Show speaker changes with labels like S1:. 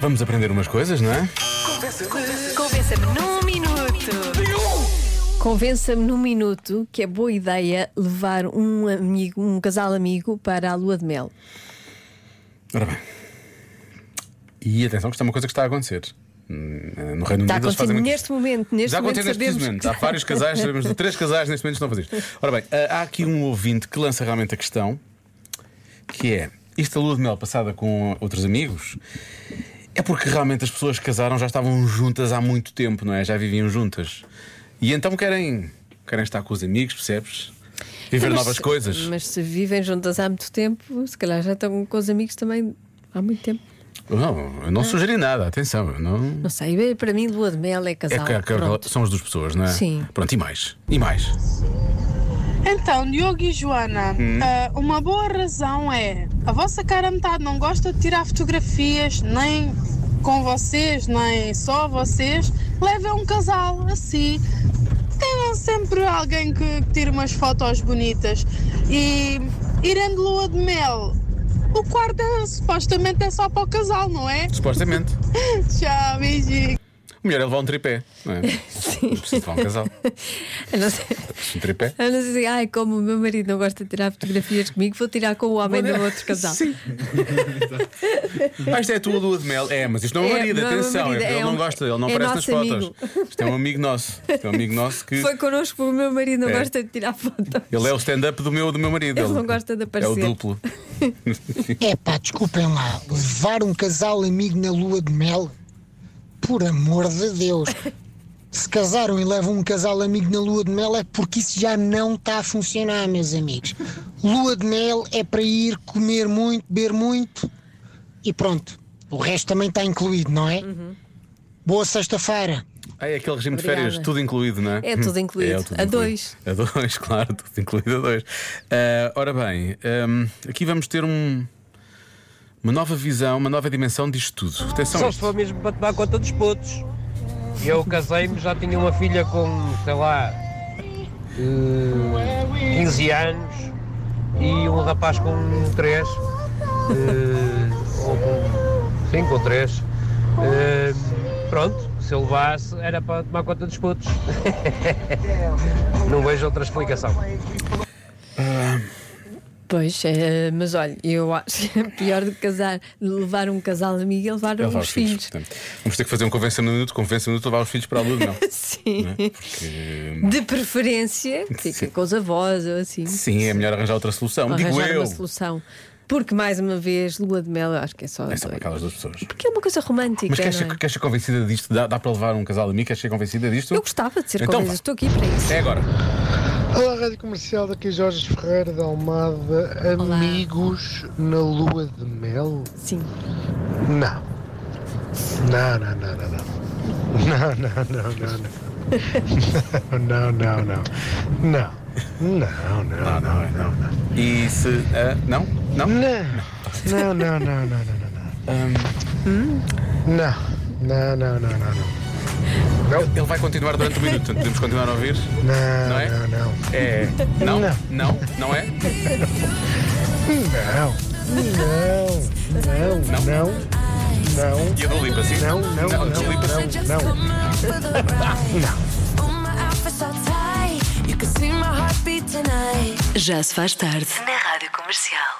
S1: Vamos aprender umas coisas, não é?
S2: Convença-me num minuto.
S3: Convença-me num minuto que é boa ideia levar um amigo, um casal amigo, para a lua de mel.
S1: Ora bem. E atenção, que isto é uma coisa que está a acontecer. Hum, No Reino
S3: Está a
S1: Unido eles fazem
S3: acontecer
S1: muito isto.
S3: neste momento, neste
S1: Já
S3: momento
S1: aconteceu neste preciso
S3: sabemos
S1: momento.
S3: que-
S1: Há vários casais, sabemos de três casais neste momento que estão a fazer isto. Ora bem, ah, há aqui um ouvinte que lança realmente a questão, que é esta lua de mel passada com outros amigos. É porque realmente as pessoas que casaram já estavam juntas há muito tempo, não é? Já viviam juntas. E então querem, querem estar com os amigos, percebes? Viver
S3: Mas
S1: novas
S3: se-
S1: coisas.
S3: Mas se vivem juntas há muito tempo, se calhar já estão com os amigos também há muito tempo.
S1: Não,
S3: Ah.
S1: eu não sugeri nada, atenção. eu Não...
S3: Não sei, bem, para mim lua de mel é
S1: É
S3: casal.
S1: que, que-
S3: Pronto.
S1: são as duas pessoas, não é?
S3: Sim.
S1: Pronto, e mais? E mais?
S4: Então, Diogo e Joana, ah, uma boa razão é a vossa cara a metade não gosta de tirar fotografias, nem com vocês, nem só vocês. Levem um casal assim. Tenham sempre alguém que tire umas fotos bonitas. E irem de lua de mel. O quarto é, supostamente é só para o casal, não é?
S1: Supostamente.
S4: Tchau, beijinho.
S1: O melhor é levar um tripé, não é? Sim. Preciso levar um casal.
S3: A não ser,
S1: Um tripé.
S3: a não ser ai, como o meu marido não gosta de tirar fotografias comigo, vou tirar com o homem do outro casal.
S1: Sim. ah, isto é a tua lua de mel. É, mas isto não é o
S3: É,
S1: marido,
S3: não é o meu
S1: atenção.
S3: marido,
S1: é porque
S3: é
S1: ele não
S3: um-
S1: gosta, ele não
S3: é
S1: aparece nas
S3: nosso
S1: fotos.
S3: amigo.
S1: Isto é um amigo nosso. Isto é um amigo nosso que.
S3: Foi connosco porque o meu marido não
S1: É.
S3: gosta de tirar fotos.
S1: Ele é o stand-up do meu, do meu marido.
S3: Ele não gosta de
S1: É o
S3: aparecer.
S1: duplo.
S5: É pá, desculpem lá, levar um casal amigo na lua de mel? Por amor de Deus! Se casaram e levam um casal amigo na lua de mel é porque isso já não está a funcionar, meus amigos. Lua de mel é para ir comer muito, beber muito e pronto. O resto também está incluído, não é? Boa sexta-feira!
S1: Ah, é aquele regime de
S3: Obrigada.
S1: férias, tudo incluído, não é?
S3: É tudo incluído.
S1: o tudo
S3: A
S1: incluído.
S3: dois.
S1: A dois, claro, tudo incluído a dois. Ah, ora bem, ahm, aqui vamos ter um- uma nova visão, uma nova dimensão disto tudo. Atenção, a
S6: Só se
S1: isto.
S6: for mesmo para tomar conta dos putos. Eu casei-me, já tinha uma filha com, sei lá, eh, 15 anos e um rapaz com 3, ou com 5 ou 3. pronto, se eu levasse era para tomar conta dos putos. Não vejo outra explicação.
S3: Pois, eh, mas olha, eu acho que é pior do que casar, levar um casal amigo é levar
S1: É levar
S3: uns
S1: os filhos,
S3: filhos.
S1: portanto. vamos ter que fazer um convença no minuto, convença no minuto, levar os filhos para a lua de mel.
S3: Sim.
S1: não é? Porque,
S3: De preferência, fica
S1: Sim.
S3: com os avós ou assim.
S1: sim, é melhor arranjar outra solução.
S3: Ou
S1: Digo
S3: arranjar
S1: eu.
S3: uma solução. Porque, mais uma vez, lua de mel, eu acho que é só.
S1: É só para
S3: dois.
S1: aquelas duas pessoas.
S3: Porque é uma coisa romântica.
S1: Mas queres
S3: não é?
S1: ser, queres ser convencida disto? Dá, dá para levar um casal amigo? Queres ser convencida disto?
S3: Eu gostava de ser
S1: Então
S3: convencida,
S1: vá.
S3: estou aqui para isso.
S1: É agora.
S7: Olá, Rádio Comercial, daqui é Jorge Ferreira da Almada.
S3: Olá.
S7: Amigos na lua de mel?
S3: Sim.
S7: Não. Não, não, não, não, não. Não, não, não, não, não. Não, não, não. Não. Não, não, não, não, não.
S1: E se. ah, não? Não?
S7: Não, não, não, não, não, não, Hum. não. Não, não, não, não, não, não.
S1: Ele vai continuar durante o minuto, portanto, podemos continuar a ouvir. Não é?
S7: Não, não, não.
S1: É. Não? Não? Não
S7: Não.
S1: é?
S7: Não. Não. Não. Não. Não.
S1: E a do Lipa, sim?
S7: Não, não, não,
S1: Dua Lipa, sim.
S7: não, não.
S1: É.
S8: Já se faz tarde na Rádio Comercial.